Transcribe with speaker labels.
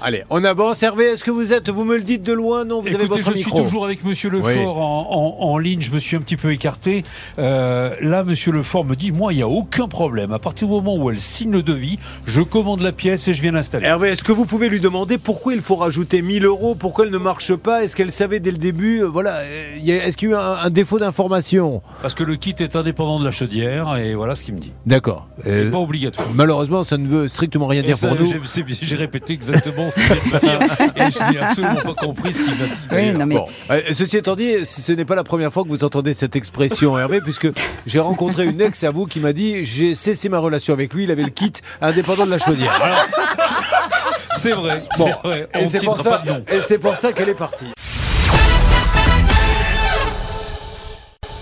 Speaker 1: Allez, on avance. Hervé, est-ce que vous êtes Vous me le dites de loin Non, vous avez
Speaker 2: Écoutez,
Speaker 1: votre
Speaker 2: je
Speaker 1: micro.
Speaker 2: suis toujours avec Monsieur Lefort
Speaker 1: Oui.
Speaker 2: en, en- en ligne. Je me suis un petit peu écarté. Euh, là, Monsieur Lefort me dit moi, il n'y a aucun problème. À partir du moment où elle signe le devis, je commande la pièce et je viens l'installer.
Speaker 1: Hervé, est-ce que vous pouvez lui demander pourquoi il faut rajouter 1000 euros Pourquoi elle ne marche pas Est-ce qu'elle savait dès le début euh, Voilà, euh, y a- est-ce qu'il y a eu un, un défaut d'information
Speaker 2: Parce que le kit est indépendant de la chaudière et voilà ce qu'il me dit.
Speaker 1: D'accord.
Speaker 2: C'est
Speaker 1: Euh,
Speaker 2: pas obligatoire.
Speaker 1: malheureusement, ça ne veut strictement rien
Speaker 2: Et
Speaker 1: dire
Speaker 2: ça,
Speaker 1: pour nous.
Speaker 2: j'ai- c'est- J'ai répété exactement ce qu'il vient de me dire et je n'ai absolument pas compris ce qu'il m'a dit.
Speaker 3: Oui, non, mais
Speaker 1: Bon, euh, ceci étant dit, c- ce n'est pas la première fois que vous entendez cette expression, Hervé, puisque j'ai rencontré une ex à vous qui m'a dit j'ai cessé ma relation avec lui, il avait le kit indépendant de la chaudière.
Speaker 2: C'est vrai,
Speaker 1: Bon.
Speaker 2: Ah, c'est vrai.
Speaker 1: Et
Speaker 2: On
Speaker 1: c'est
Speaker 2: titre
Speaker 1: pour ça-
Speaker 2: pas de nom.
Speaker 1: et c'est pour ça qu'elle est partie.